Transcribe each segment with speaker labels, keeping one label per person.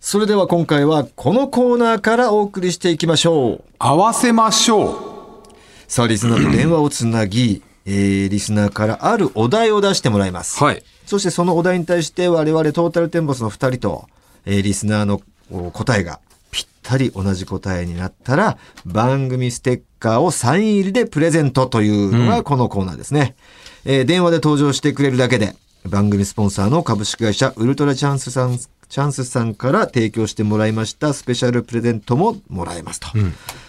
Speaker 1: それでは今回はこのコーナーからお送りしていきましょう。
Speaker 2: 合わせましょう。
Speaker 1: さあ、リスナーと電話をつなぎ、えー、リスナーからあるお題を出してもらいます。
Speaker 2: はい。
Speaker 1: そしてそのお題に対して我々トータルテンボスの2人と、えーリスナーのお答えがぴったり同じ答えになったら番組ステッカーをサイン入りでプレゼントというのがこのコーナーですね。えー電話で登場してくれるだけで番組スポンサーの株式会社ウルトラチャンスさんチャンスさんから提供してもらいましたスペシャルプレゼントももらえますと。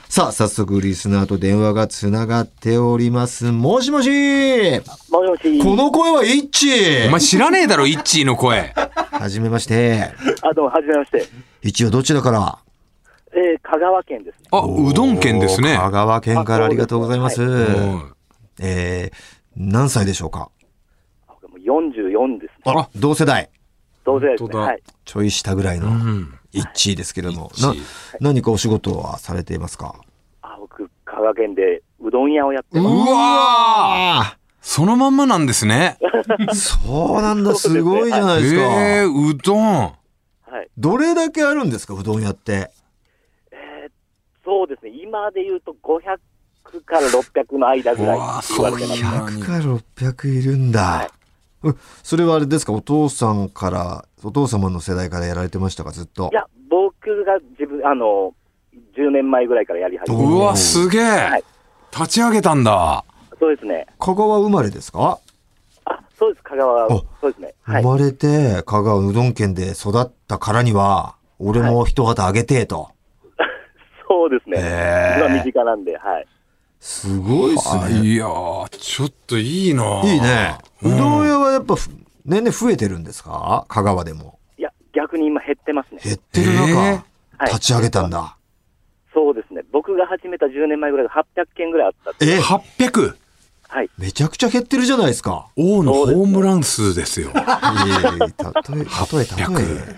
Speaker 1: さあ、早速リスナーと電話がつながっております。もしもし
Speaker 3: もしもし。
Speaker 1: この声はイッチ
Speaker 2: お前知らねえだろ、イッチーの声。
Speaker 1: はじめまして。
Speaker 3: あ、どうも、はじめまして。
Speaker 1: 一応どちらから
Speaker 3: えー、香川県ですね。
Speaker 2: あ、うどん県ですね。
Speaker 1: 香川県からありがとうございます。
Speaker 2: うん
Speaker 1: えー、何歳でしょうか
Speaker 3: あもう44ですね。
Speaker 2: あ
Speaker 1: 同世代。
Speaker 3: 同世代です
Speaker 2: 本
Speaker 3: ね。
Speaker 2: 当だ
Speaker 3: はい。
Speaker 1: ちょい下ぐらいの
Speaker 2: うん。
Speaker 1: 一位ですけれども、
Speaker 2: 一位
Speaker 1: な何かお仕事はされていますか
Speaker 3: あ、僕、香川県でうどん屋をやって
Speaker 2: う
Speaker 3: ます。
Speaker 2: わー
Speaker 1: あ
Speaker 2: そのまんまなんですね。
Speaker 1: あそうなんだ、すごいじゃないですか。
Speaker 2: えー、うどん。
Speaker 3: はい。
Speaker 1: どれだけあるんですか、うどん屋って。
Speaker 3: そうですね。今で言うと500から600の間ぐらい
Speaker 2: わあ
Speaker 3: って言われてます
Speaker 2: そう。な
Speaker 1: 100
Speaker 2: に
Speaker 1: から600いるんだ。うんそれはあれですか、お父さんから、お父様の世代からやられてましたか、ずっと
Speaker 3: い。や、僕が自分、あの、10年前ぐらいからやり始め
Speaker 1: おー
Speaker 2: う
Speaker 3: て、
Speaker 2: わ、すげ
Speaker 3: は
Speaker 2: え
Speaker 3: い。
Speaker 2: 立ち上げたんだ。
Speaker 3: そうですね。
Speaker 1: 香川生まれですか
Speaker 3: あ、そうです、香川
Speaker 1: お、
Speaker 3: そうですね。は
Speaker 1: 生
Speaker 3: い。
Speaker 1: まれて香川うどん県で育ったからには、俺も一旗あげてえと。
Speaker 3: そうですね。
Speaker 1: へー
Speaker 3: 今、身近なんで、はい。
Speaker 1: すごいっす
Speaker 2: あ
Speaker 1: ね。
Speaker 2: いやー、ちょっといいな。
Speaker 1: いいね。う
Speaker 2: うん
Speaker 1: どん屋はやっぱふ年々増えてるんですか香川でも。
Speaker 3: いや、逆に今減ってますね。
Speaker 1: 減ってる中、
Speaker 2: へえ
Speaker 3: はい
Speaker 1: 立ち上げたんだ。
Speaker 3: そうですね。僕が始めた10年前ぐらいが800件ぐらいあったって。
Speaker 1: え
Speaker 2: 800。
Speaker 3: はい。
Speaker 1: めちゃくちゃ減ってるじゃないですか。
Speaker 2: 王のホームラン数 ですよ。
Speaker 1: いえいえ、たとえ、例え、例え
Speaker 2: 800。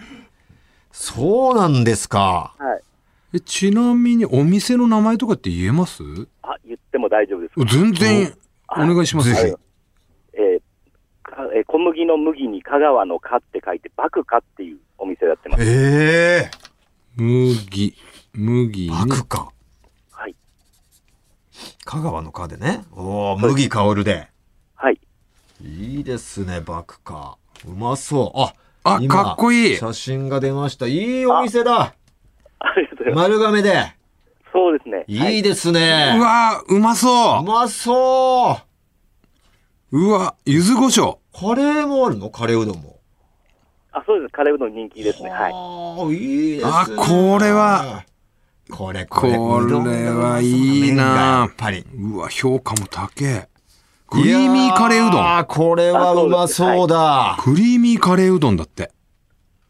Speaker 1: そうなんですか。
Speaker 3: はい。
Speaker 2: えちなみにお店の名前とかって言えます
Speaker 3: あ、言っても大丈夫ですか。
Speaker 2: 全然お願いします。
Speaker 1: ぜ
Speaker 3: えーかえー小麦の麦に香川の香って書いて、爆香っていうお店をやってます。
Speaker 1: ええ
Speaker 2: 麦、麦に。
Speaker 1: 幕か。
Speaker 3: はい。
Speaker 1: 香川のかでね。おお、麦香るで。
Speaker 3: はい。
Speaker 1: いいですね、バクカー。うまそう。あ、
Speaker 2: あ
Speaker 1: 今
Speaker 2: かっこいい
Speaker 1: 写真が出ました。いいお店だ。
Speaker 3: ありがとうございます。
Speaker 1: 丸亀で。
Speaker 3: そうですね。はい
Speaker 1: いですね。
Speaker 2: うわーうま
Speaker 1: う
Speaker 2: そ
Speaker 1: まそう。
Speaker 2: ううわ柚子胡椒
Speaker 1: カレーもあるのカレーうどんも。
Speaker 3: あ、そうです。カレーうどん人気ですね。はい。
Speaker 1: ああ、いいですね。
Speaker 2: あこれは。
Speaker 1: これ、
Speaker 2: こ
Speaker 1: これ。うどん
Speaker 2: れ
Speaker 1: がうまそうだ
Speaker 2: はいい
Speaker 1: 麺がや
Speaker 2: な
Speaker 1: っぱり。
Speaker 2: うわ評価も高えクリーミーカレーうど
Speaker 1: あ
Speaker 2: ん
Speaker 1: あ、これはうまそうだ。
Speaker 2: クリーミーカレーうどんだって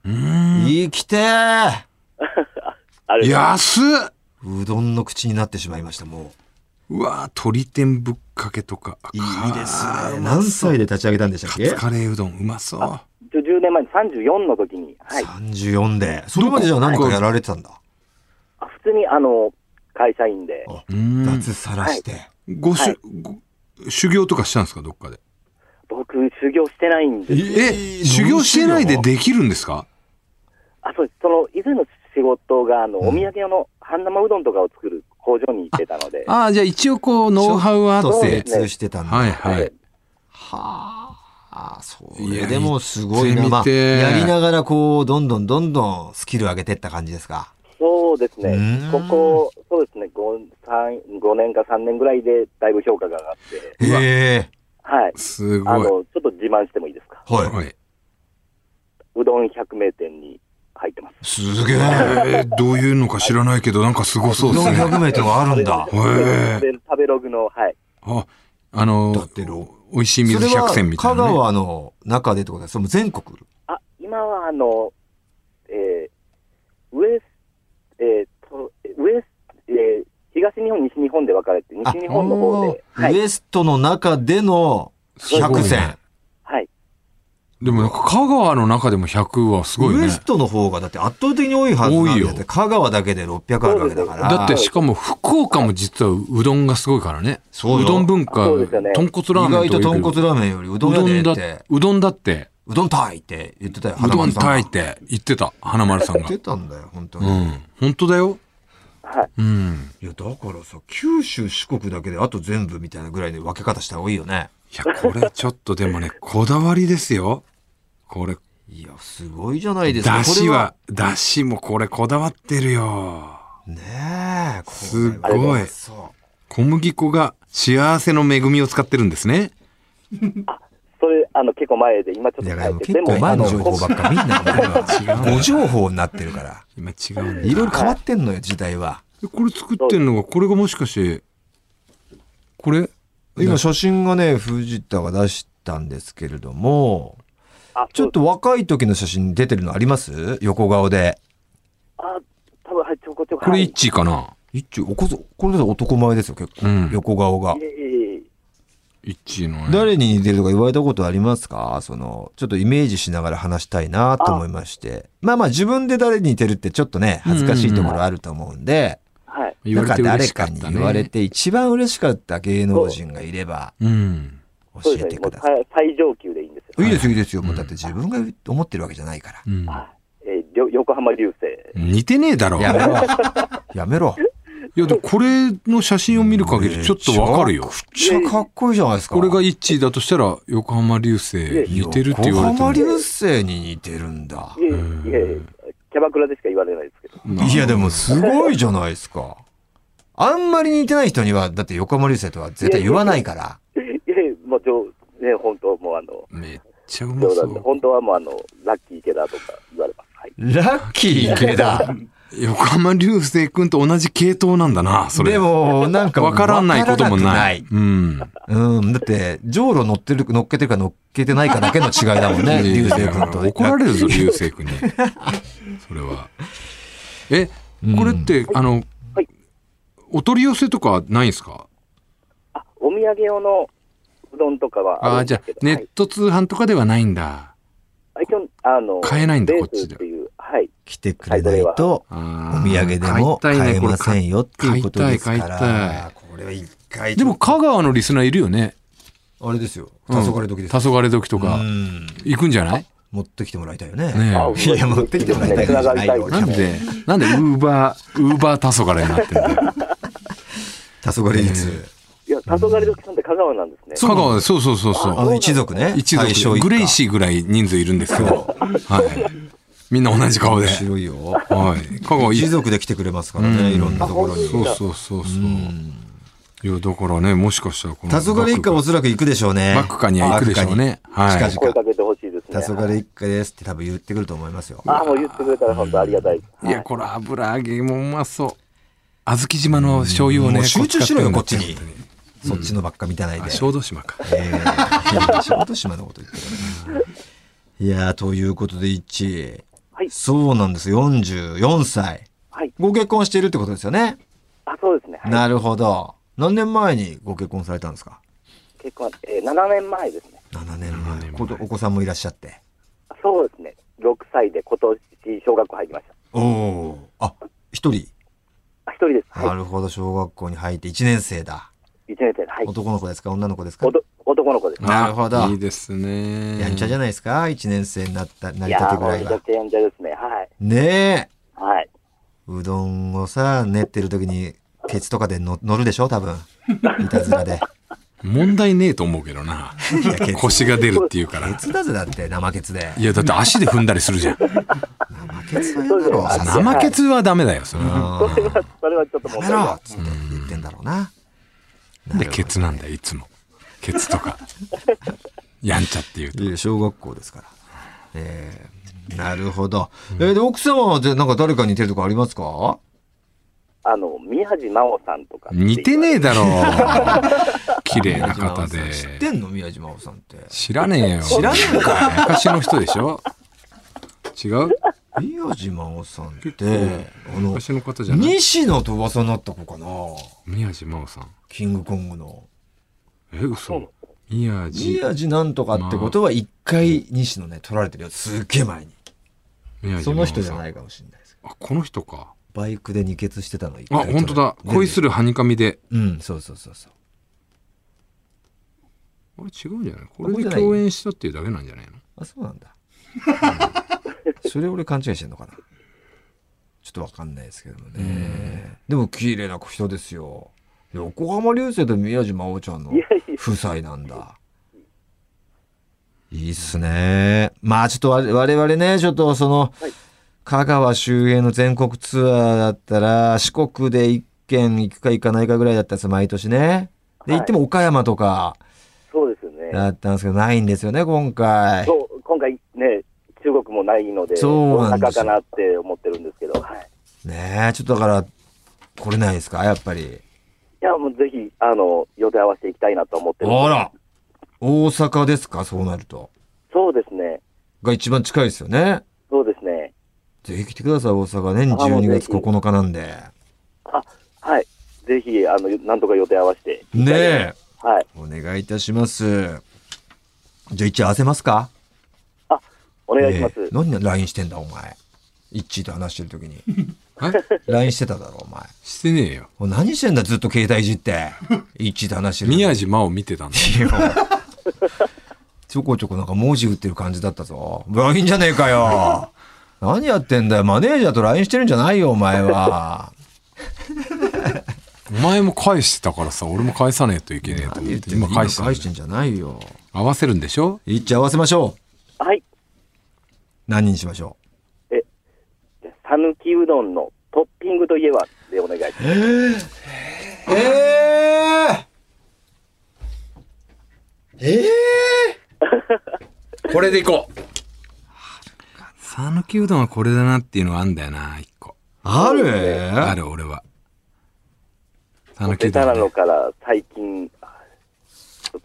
Speaker 2: うーん
Speaker 1: 生きてー
Speaker 3: あれ
Speaker 2: 安っ
Speaker 1: うどんの口になってしまいました、もう。
Speaker 2: うわー鶏天ぶっかけとか
Speaker 1: いいです
Speaker 2: か
Speaker 1: ね。何歳で立ち上げたんでしたっ
Speaker 2: カ
Speaker 1: け
Speaker 2: ツカレーうどんうまそう
Speaker 3: 10年前に34の時に、はい。
Speaker 1: 34で。それまでじゃあ何かやられてたんだ。
Speaker 3: あ普通に、あの、会社員で、
Speaker 1: あ
Speaker 2: うん
Speaker 1: 脱サラして。
Speaker 2: ごしゅ、
Speaker 3: はい
Speaker 2: ご修行とかしたんですかどっかで
Speaker 3: 僕、修行してないんです。
Speaker 2: え修行してないでできるんですか
Speaker 3: あ、そうです。その、以前の仕事が、あの、お土産用の半生うどんとかを作る工場に行ってたので、
Speaker 2: ああじゃあ一応こうノウハウは
Speaker 1: ちょ
Speaker 2: あ
Speaker 1: っ
Speaker 2: っ
Speaker 1: と
Speaker 3: そう
Speaker 2: て
Speaker 3: ですね
Speaker 1: 精通してたんだ。
Speaker 2: はい
Speaker 1: は
Speaker 2: はい
Speaker 1: あ、そ
Speaker 2: い
Speaker 1: れ
Speaker 2: や
Speaker 1: でもすごい
Speaker 2: 行
Speaker 1: な。ま
Speaker 2: ってみ
Speaker 1: あ、
Speaker 2: て
Speaker 1: やりながらこう、どんどんどんどんスキル上げてった感じですか。
Speaker 3: そうですね
Speaker 1: うーん。
Speaker 3: ここ、そうですね5、三5年か3年ぐらいで、だいぶ評価が上がって、
Speaker 2: う
Speaker 1: へ
Speaker 2: わ
Speaker 1: え。
Speaker 3: はい。
Speaker 2: す
Speaker 3: あの、
Speaker 2: ご
Speaker 3: ち
Speaker 2: い。
Speaker 3: ょっと自慢してもいいですか。
Speaker 1: は
Speaker 2: はい。
Speaker 3: うどん百名店に入ってます。
Speaker 1: い。すげえ。
Speaker 2: えー、どういうのか知らないけど、なんかすごそうですね。
Speaker 1: 400名とかあるんだ。
Speaker 2: へえ。
Speaker 3: で食べログの、はい。
Speaker 2: あ、あの
Speaker 1: だってろ、
Speaker 2: 美味しい
Speaker 1: そ
Speaker 2: 水
Speaker 1: れ
Speaker 2: 百選
Speaker 1: は
Speaker 2: みた
Speaker 1: 香
Speaker 2: いな、ね。
Speaker 1: 川の中でってことです。その全国。
Speaker 3: あ、今は、あの、えー、ウエス、えー、と、ウエス、えー、東日本、西日本で分かれて、西日本の方で、
Speaker 1: あ
Speaker 3: はい
Speaker 1: ウ。エストの中での
Speaker 2: すご
Speaker 1: 100
Speaker 2: い
Speaker 1: 選
Speaker 2: ね。
Speaker 3: はい。
Speaker 2: でもなんか香川の中でも100はすごい
Speaker 1: ウ
Speaker 2: ね
Speaker 1: エ。ストの方がだって圧倒的に多いはずなんだ
Speaker 2: 多い
Speaker 1: よ。
Speaker 2: よ
Speaker 1: だって香川だけで600あるわけだから。
Speaker 2: だってしかも福岡も実はうどんがすごいからね。
Speaker 1: そうよ
Speaker 2: どん文化、
Speaker 3: そうですよね
Speaker 2: 豚骨
Speaker 1: 意
Speaker 2: ラーメン
Speaker 1: 外と
Speaker 2: 多い
Speaker 1: 豚
Speaker 2: けど
Speaker 1: 骨ラーメンよりうどん
Speaker 2: う
Speaker 1: 屋
Speaker 2: どん
Speaker 1: で
Speaker 2: だ
Speaker 1: って。
Speaker 2: うどんだって
Speaker 1: うどんたいって言ってたよ。
Speaker 2: うどん炊い
Speaker 1: って
Speaker 2: 言ってた、花丸さん
Speaker 1: 言
Speaker 2: が
Speaker 1: っ。てたんだよ、本当
Speaker 2: う
Speaker 1: に。い
Speaker 2: ん。本当だよ。
Speaker 3: はい。
Speaker 2: うん。
Speaker 1: や、だからさ、九州、四国だけであと全部みたいなぐらいで分け方した方がいいよね。
Speaker 2: いや、これちょっとで もね、こだわりですよ。これ、
Speaker 1: いや、すごいじゃないですか。
Speaker 2: だし
Speaker 1: これ
Speaker 2: は、だしもこれこだわってるよ。
Speaker 1: ねえ、これ
Speaker 2: すごい
Speaker 1: そ
Speaker 2: 小麦粉が幸せの恵みを使ってるんですね。
Speaker 3: それ、あの、結構前で、今ちょ
Speaker 1: う。
Speaker 3: っ
Speaker 1: い
Speaker 3: と
Speaker 1: や、で
Speaker 3: 書い
Speaker 1: も
Speaker 3: て、
Speaker 1: 結構前の情
Speaker 3: でも
Speaker 1: 報ばっかみんな
Speaker 2: 今違う
Speaker 1: が
Speaker 2: んだ
Speaker 1: 誤情報になってる から。
Speaker 2: 今違うんだ
Speaker 1: いろいろ変わってんのよ、時代は。
Speaker 2: でこれ作ってんのが、これがもしかして、これ
Speaker 1: 今、写真がね、藤田が出したんですけれども、
Speaker 3: あ
Speaker 1: ちょっ。と若い時の写真出てるのあります横顔で。
Speaker 3: あ、多分はい、ちょこちょこ。
Speaker 2: こ
Speaker 3: は
Speaker 2: れ
Speaker 3: い
Speaker 2: 一致かな
Speaker 1: 一応、おこぞこれだと男前ですよ、結構。
Speaker 2: うん
Speaker 1: 横顔が。
Speaker 3: いえいえいえ
Speaker 2: 一致のね。
Speaker 1: 誰に似てるとか言われたことありますかその、ちょっとイメージしながら話したいなと思いまして。まあまあ自分で誰に似てるってちょっとね、恥ずかしいところあると思うんで、
Speaker 3: はい。
Speaker 2: 言
Speaker 1: なん
Speaker 2: われ
Speaker 1: か
Speaker 2: て嬉
Speaker 1: 誰
Speaker 2: しか
Speaker 1: か
Speaker 2: っ
Speaker 1: に
Speaker 2: たね。
Speaker 1: 言われて一番嬉しかった芸能人がいれば
Speaker 2: うん。
Speaker 1: 教
Speaker 3: そう
Speaker 1: え
Speaker 3: です
Speaker 1: て
Speaker 3: ね。も
Speaker 1: く
Speaker 3: う
Speaker 1: ださい。
Speaker 3: 最最上級でいいんですよ。
Speaker 1: いいですよ、いいですよ。もうだって自分が思ってるわけじゃないか
Speaker 2: うん。
Speaker 3: えーりょ横浜流星。
Speaker 2: 似てねえだろ。
Speaker 1: ら。やめ ろ。やめろ。
Speaker 2: いや、でもこれの写真を見る限りちょっとわかるよ。
Speaker 1: めっちゃかっこいいじゃないですか。
Speaker 2: これが一致だとしたら、横浜流星似てるって言われ
Speaker 1: 横浜
Speaker 2: て
Speaker 1: 流
Speaker 2: も。
Speaker 1: 星に似てるんだ
Speaker 3: い。えいえいえ、キャバクラでしか言われないですけど。
Speaker 1: いやでもすごいじゃないですか。あんまり似てない人には、だって横浜流星とは絶対言わないから。
Speaker 3: いえいえ、もう、上ね、本当、もう、あの、
Speaker 2: めっちゃうま
Speaker 3: 冗
Speaker 2: そ
Speaker 3: 談で、
Speaker 2: う。
Speaker 3: 本当はもう、あの、ラッキー池田とか言われます。はい。
Speaker 1: ラッキー池田。
Speaker 2: 横浜流星くんと同じ系統なんだな、それ。
Speaker 1: でも、なんか
Speaker 2: わからないことも
Speaker 1: わか
Speaker 2: な
Speaker 1: ら
Speaker 2: い。
Speaker 1: く
Speaker 2: うん。
Speaker 1: うん。だって、上路乗ってる、乗っけてるか乗っけてないかだけの違いだも んね。流星君と。
Speaker 2: 怒られ るぞ、流星君に。それは。え、これって、あの
Speaker 3: はい、
Speaker 2: お取り寄せとかないんですか
Speaker 3: あ、お土産用のうどんとかは
Speaker 2: あ
Speaker 3: あ
Speaker 2: あ、
Speaker 3: るん
Speaker 2: じ
Speaker 3: で
Speaker 2: ゃ
Speaker 3: す
Speaker 2: あ
Speaker 3: け、ど、
Speaker 2: ネ
Speaker 3: はい
Speaker 2: ット通販とかではないんだ。
Speaker 3: あ基本あの、
Speaker 2: 買えないんだ
Speaker 3: ベ
Speaker 2: こっ
Speaker 3: ース
Speaker 2: ちで
Speaker 3: っていう、はい。
Speaker 1: 来てくれないと、
Speaker 2: お土
Speaker 1: お土産でも買えませんよっていうことですか
Speaker 2: 買いたい買い
Speaker 1: ら。これは一回。
Speaker 2: でも、香川のリスナーいるよね。
Speaker 1: あれですよ。
Speaker 2: うん
Speaker 1: 黄昏時です。
Speaker 2: 黄昏時とか
Speaker 1: う。ん
Speaker 2: 行くんじゃない
Speaker 1: 持ってきてもらいたいよね。
Speaker 2: ね
Speaker 3: あ
Speaker 1: いや、持ってきてもらいたい
Speaker 3: つな
Speaker 1: じゃ
Speaker 3: が
Speaker 1: な
Speaker 3: り
Speaker 1: い
Speaker 3: たい
Speaker 1: よ。
Speaker 2: なんで、なんでウーバー、ウーバー黄昏になってるんだよ。
Speaker 1: 黄昏率。
Speaker 3: いや、黄昏時さんって香川なんですね。
Speaker 2: 香川、そうそうそうそ
Speaker 1: あ
Speaker 2: う。
Speaker 1: の一族ね。
Speaker 2: 一族
Speaker 1: 大正
Speaker 2: で
Speaker 1: 一家
Speaker 2: グレイシーぐらい人数いるんですけど。はい。みんな同じ顔で。
Speaker 1: 面
Speaker 2: は
Speaker 1: 白いよ。
Speaker 2: い。香川
Speaker 1: 一
Speaker 2: い
Speaker 1: 族で来てくれますからね、いろんなところに。
Speaker 2: そうそうそうそう。いや、だからね、もしかしたらこの。
Speaker 1: 黄昏一家はおそらく行くでしょうね。
Speaker 2: バックカには行くでしょうね
Speaker 1: バックカに
Speaker 2: はい
Speaker 1: 近
Speaker 3: 声
Speaker 1: 々。
Speaker 3: かけてほしいですね。
Speaker 1: 黄昏一家ですって多分言ってくると思いますよ。
Speaker 3: あ、もう言ってくれたら本当ありがたい。
Speaker 2: いや、これ油揚げもうまそう。小豆島の醤油を
Speaker 1: も
Speaker 2: ね、
Speaker 1: う集中しろよ、こっちに
Speaker 2: 使ってるんだよ。
Speaker 1: そっちのばっか見たない
Speaker 2: あ
Speaker 1: で。
Speaker 2: 小豆島か。
Speaker 1: えー小豆島のこと言ってるからねいやー、ということで、一位
Speaker 3: はい
Speaker 1: そうなんです。44歳。
Speaker 3: はい。
Speaker 1: ご結婚しているってことですよね。
Speaker 3: あ、そうですね。はい
Speaker 1: なるほど。何年前にご結婚されたんですか
Speaker 3: 結婚、えー、7年前ですね。
Speaker 1: ?7 年
Speaker 2: 7
Speaker 1: 前
Speaker 2: 年前
Speaker 1: ことお子さんもいらっしゃって。
Speaker 3: あそうですね。6歳で今年小学校入りました。
Speaker 1: おお。あ、一人。
Speaker 3: あ、一人です。
Speaker 1: な
Speaker 3: は
Speaker 1: るほど。小学校に入って1年生だ。
Speaker 3: い。1年生で。はい。
Speaker 1: 男の子ですか女の子ですか
Speaker 3: おと男の子です。
Speaker 1: なるほど
Speaker 2: あいいですね。
Speaker 1: やんちゃじゃないですか ?1 年生になった、ないりた
Speaker 3: や
Speaker 1: て
Speaker 3: ー、
Speaker 1: ぐ
Speaker 3: もう
Speaker 1: らい
Speaker 3: めちゃ
Speaker 1: は
Speaker 3: く。ちゃやんちゃですね。はい。
Speaker 1: ねえ。
Speaker 3: はい。
Speaker 1: うどんをさ、練ってる時に、ケツとかでの乗るでしょ多分。いたずらで。
Speaker 2: 問題ねえと思うけどな。
Speaker 1: いや、ケツ。
Speaker 2: 腰が出るっていうか
Speaker 1: ケ
Speaker 2: ら。
Speaker 1: ツだぜだって、生ケツで。
Speaker 2: いや、だって足で踏んだりする じゃん。
Speaker 1: 生ケツは嫌だろ、
Speaker 3: そう
Speaker 1: さ
Speaker 3: です
Speaker 1: すが
Speaker 3: よ
Speaker 1: に。
Speaker 2: 生ケツはダメだよ、それは。
Speaker 1: あ
Speaker 3: それは、それはちょっと
Speaker 1: ーや
Speaker 3: 問
Speaker 1: め
Speaker 3: 題が
Speaker 1: ろっつって言ってんだろうな。
Speaker 2: で、ケツなんだよ、いつも。ケツ とか。やんちゃっていうと。
Speaker 1: いや小学校ですから。えー、なるほど。えーで、奥様は、で、なんか誰か似てるとかありますか
Speaker 3: あの、宮地真央さんとか。
Speaker 2: 似てねえだろ。 綺麗な方で。
Speaker 1: 宮島さん知ってんの宮島おさんって。
Speaker 2: 知らねえよ。
Speaker 1: 知らねえの
Speaker 2: か昔の人でしょ違う
Speaker 1: 宮島おさんって
Speaker 2: 結構、
Speaker 1: あの、
Speaker 2: 昔の方じゃない
Speaker 1: 西野と噂になった子かな
Speaker 2: 宮地真央さん。
Speaker 1: キングコングの。
Speaker 2: え、嘘宮地、
Speaker 1: 宮地なんとかってことは一回西野ね、取られてるよ。すっげえ前に。
Speaker 2: 宮地
Speaker 1: そ
Speaker 2: 真
Speaker 1: の
Speaker 2: 央
Speaker 1: 人じ
Speaker 2: さ。
Speaker 1: ゃなんいかもしれないですけど。
Speaker 2: あ、この人か。
Speaker 1: バイクで二血してたの一
Speaker 2: あ、
Speaker 1: 回取られ
Speaker 2: 本当だ。恋するはにかみで。
Speaker 1: うん、そうそうそうそう。
Speaker 2: あれ違うんじゃないこ
Speaker 1: ここ
Speaker 2: れ
Speaker 1: じゃ
Speaker 2: で
Speaker 1: ない
Speaker 2: 共演したっていうだけなんじゃないの
Speaker 1: あ、そうなんだ。それ俺勘違いしてんのかな。ちょっとわかんないですけどもね。でも綺麗な人ですよ。横浜流星と宮島真央ちゃんの
Speaker 3: いやいや
Speaker 1: 夫妻なんだ。いいっすね。まあちょっと我我々ね、ちょっとその、
Speaker 3: はい
Speaker 1: 香川周辺の全国ツアーだったら、四国で一軒行くか行かないかぐらいだったんですよ、毎年ね。で、
Speaker 3: はい
Speaker 1: 行っても岡山とか
Speaker 3: そうですよね。
Speaker 1: だったんですけど、ないんですよね、今回。
Speaker 3: そう今回ね、中国もないので、
Speaker 1: そうなんですよ
Speaker 3: 大阪かなって思ってるんですけど、はい、い
Speaker 1: ねえ、ちょっとだから、来れないですか、やっぱり。
Speaker 3: や、もうぜひ、あの、予定合わせていきたいなと思ってるんで
Speaker 1: あら大阪ですか、そうなると。
Speaker 3: そうですね、
Speaker 1: が一番近いですよね。
Speaker 3: そうですね。ぜ
Speaker 1: ぜひ来てください、大阪ね。
Speaker 3: あもうぜ
Speaker 1: 12
Speaker 3: ひ
Speaker 1: 月9日なんで。
Speaker 3: あ、はい。ぜひ、あの、なんとか予定合わせて。
Speaker 1: ねえ、
Speaker 3: はい。
Speaker 1: お願いいたします。じゃあ、一応合わせますか
Speaker 3: あ、お
Speaker 1: お
Speaker 3: 願いします。
Speaker 1: ええ何 LINE してんだ、お前。一致と話してる時に。
Speaker 2: え
Speaker 1: LINE してただろ、お前。
Speaker 2: してねえよ。
Speaker 1: お何してんだ、ずっと携帯いじって。一致と話してる時に。
Speaker 2: 宮島を見てたんだ。
Speaker 1: いやちょこちょこなんか文字打ってる感じだったぞ。LINE じゃねえかよ。何やってんだよ。マネージャーと LINE してるんじゃないよ、お前は。
Speaker 2: お前も返してたからさ、俺も返さねえといけねえと
Speaker 1: 何
Speaker 2: 思
Speaker 1: 言
Speaker 2: っ
Speaker 1: って
Speaker 2: て、
Speaker 1: んの
Speaker 2: 今
Speaker 1: 今返
Speaker 2: 返したんだよ
Speaker 1: してんじゃないよ。
Speaker 2: 合わせるんでしょ
Speaker 1: 一致合わせましょう。
Speaker 3: はい。
Speaker 1: 何にしましょ
Speaker 3: さぬきうどんのトッピングといえばでお願いします。
Speaker 1: う。えええ
Speaker 2: これでいこう讃岐うどんはこれだなっていうのがあんだよな、一個。
Speaker 1: ある
Speaker 2: ある、俺は。
Speaker 3: ポ
Speaker 2: 讃岐
Speaker 3: テ
Speaker 2: うどん
Speaker 3: サ
Speaker 2: は
Speaker 3: ラ
Speaker 2: ね、
Speaker 3: のから最近、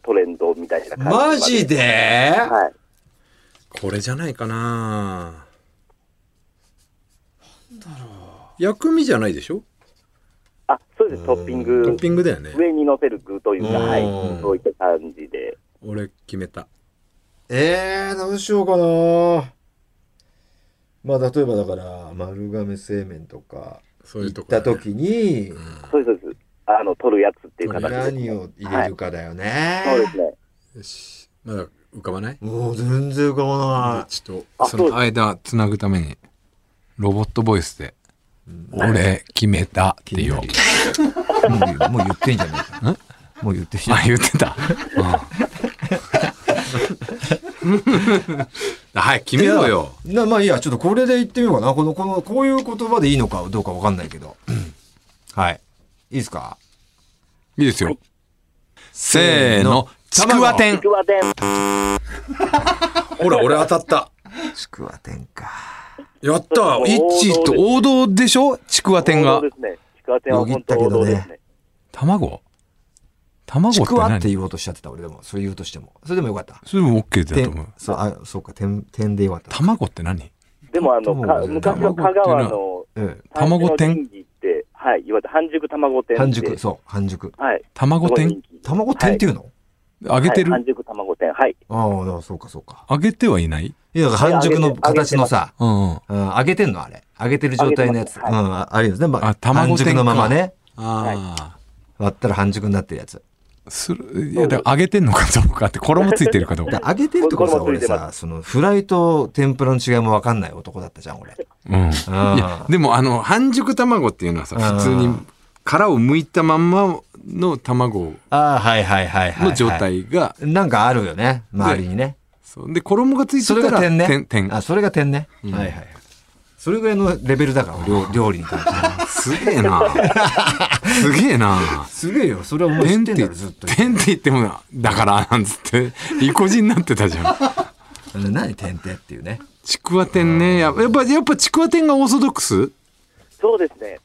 Speaker 3: トレンドみたいな感じ。
Speaker 1: マジで
Speaker 3: はい。
Speaker 2: これじゃないかななんだろう。薬味じゃないでしょ
Speaker 3: あ、そうです。トッピング。
Speaker 2: トッピングだよね。
Speaker 3: 上に乗せる具というか、
Speaker 1: うん
Speaker 3: はい。そういった感じで。
Speaker 2: 俺決めた。
Speaker 1: ええどうしようかな。まあ、例えばだから、丸亀製麺とか、
Speaker 2: そういうとこ、
Speaker 1: 行った時に、
Speaker 3: そうです。そうですあの、取るやつっていう形です。
Speaker 1: 何を入れるかだよね。
Speaker 3: そうですね。
Speaker 2: よし。まだ浮かばない
Speaker 1: もう全然浮かばない。
Speaker 2: ちょっと、
Speaker 3: あ
Speaker 2: そ
Speaker 3: そうで
Speaker 2: の
Speaker 3: す
Speaker 2: 間つなぐために、ロボットボイスで、俺決めたって言おう。
Speaker 1: もうもう言ってんじゃね えか。もう言ってんじゃね
Speaker 2: あ、言ってた。うんはい、決
Speaker 1: え
Speaker 2: め
Speaker 1: か
Speaker 2: ようよ。。
Speaker 1: いやなまあいいや、ちょっとこれで言ってみようかな。この、この、こういう言葉でいいのかどうかわかんないけど。はい。いいですか
Speaker 2: いいですよ。せーの、ちくわ
Speaker 3: ち
Speaker 2: 天。
Speaker 3: くわ天。
Speaker 2: ほら、俺当たった。
Speaker 1: ちくわ天か。
Speaker 2: やった
Speaker 3: もう
Speaker 2: イッチーと王道でしょちくわ天が
Speaker 3: 王道。ですね。ちくわ天は本当王道ですね。
Speaker 2: 卵卵って
Speaker 1: ちくわって
Speaker 2: 何
Speaker 1: 言おうとしちゃってた、俺でも。それ言うとしても。それでもよかった。
Speaker 2: それも OK だと思
Speaker 1: 天
Speaker 2: う。
Speaker 1: そう、あ、そうか、天、天でよかった。
Speaker 2: 卵って何
Speaker 3: でもあの、か昔は香川の
Speaker 1: うん。
Speaker 2: 卵天
Speaker 3: 産地の神器って、はい、いわゆる半熟卵天って。
Speaker 1: 半熟、そう、半熟。
Speaker 3: はい。
Speaker 2: 卵天
Speaker 1: 卵天って
Speaker 3: いう
Speaker 1: いうの、
Speaker 2: 揚げてる
Speaker 3: 半熟卵天。はい。
Speaker 1: ああ、だからそうか、そうか。
Speaker 2: 揚げてはいない
Speaker 1: いや、だから半熟の形のさ、
Speaker 2: うんうん。
Speaker 1: うん、揚げてんのあれ。揚げてる状態のやつ。
Speaker 3: 揚
Speaker 1: う
Speaker 3: げてま
Speaker 1: ん、ああるよね。まあ、
Speaker 2: あ卵
Speaker 1: 半熟のままね。
Speaker 2: ああ。
Speaker 1: 割ったら半熟になってるやつ。
Speaker 2: する、いや、だから揚げてんのかどうかって、衣ついてるかどう
Speaker 1: だ
Speaker 2: か。
Speaker 1: 揚げてるってことさ、
Speaker 3: こ
Speaker 1: 俺
Speaker 3: れもついてます
Speaker 1: さ、その、フライと天ぷらの違いもわかんない男だったじゃん、俺。
Speaker 2: うん。
Speaker 1: あー
Speaker 2: いや、でもあの、半熟卵っていうのはさ、
Speaker 1: あー
Speaker 2: 普通に殻を剥いたまんまの卵
Speaker 1: ああ、はいはいはいはい。
Speaker 2: の状。態が、
Speaker 1: なんかあるよね、周りにね。
Speaker 2: そうで、衣がつい
Speaker 1: そ
Speaker 2: て
Speaker 1: れ
Speaker 2: た
Speaker 1: が
Speaker 2: ら、
Speaker 1: 天ね。
Speaker 2: 天、
Speaker 1: あ、
Speaker 2: 天。
Speaker 1: それが天ね。はいはいはい。それぐらいのレベルだから、料料理に関しては。
Speaker 2: すげえな。すげえな。
Speaker 1: すげえよ、それはもう知っ
Speaker 2: 天って
Speaker 1: んだ
Speaker 2: て
Speaker 1: ろ、ずっと、。
Speaker 2: 天って言っても、だから、なんつって、意固地になってたじゃん。
Speaker 1: うん何天ってっていうね。
Speaker 2: ちくわ天ね。やっぱ、やっぱやっぱちくわ天がオーソドックス
Speaker 3: そうですね。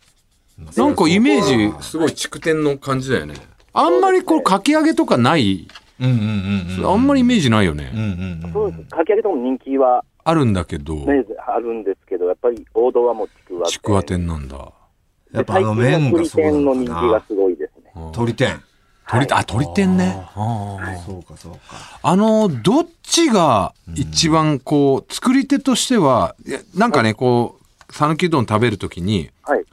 Speaker 2: なんかイメージ、すごいちく天の感じだよね。あんまりこう、かき揚げとかない。
Speaker 1: うんうんうんうん。
Speaker 2: あんまりイメージないよね。
Speaker 1: うんうんうん。
Speaker 3: そうです。かき揚げとも人気は、
Speaker 2: あるんだけど、
Speaker 3: ね、あるんですけど、やっぱり王道はもうちくわ天。
Speaker 2: ちくわ天なんだ。
Speaker 1: やっぱあの麺がそうなの
Speaker 3: の人気が
Speaker 1: か
Speaker 3: すごいですね。
Speaker 1: な。鳥天。
Speaker 2: 鳥天、あ、鳥天ね。
Speaker 1: そうかそうか。
Speaker 2: あの、どっちが一番こう、作り手としては、いやなんかね、こう、讃岐うどん食べるときに、
Speaker 3: はい。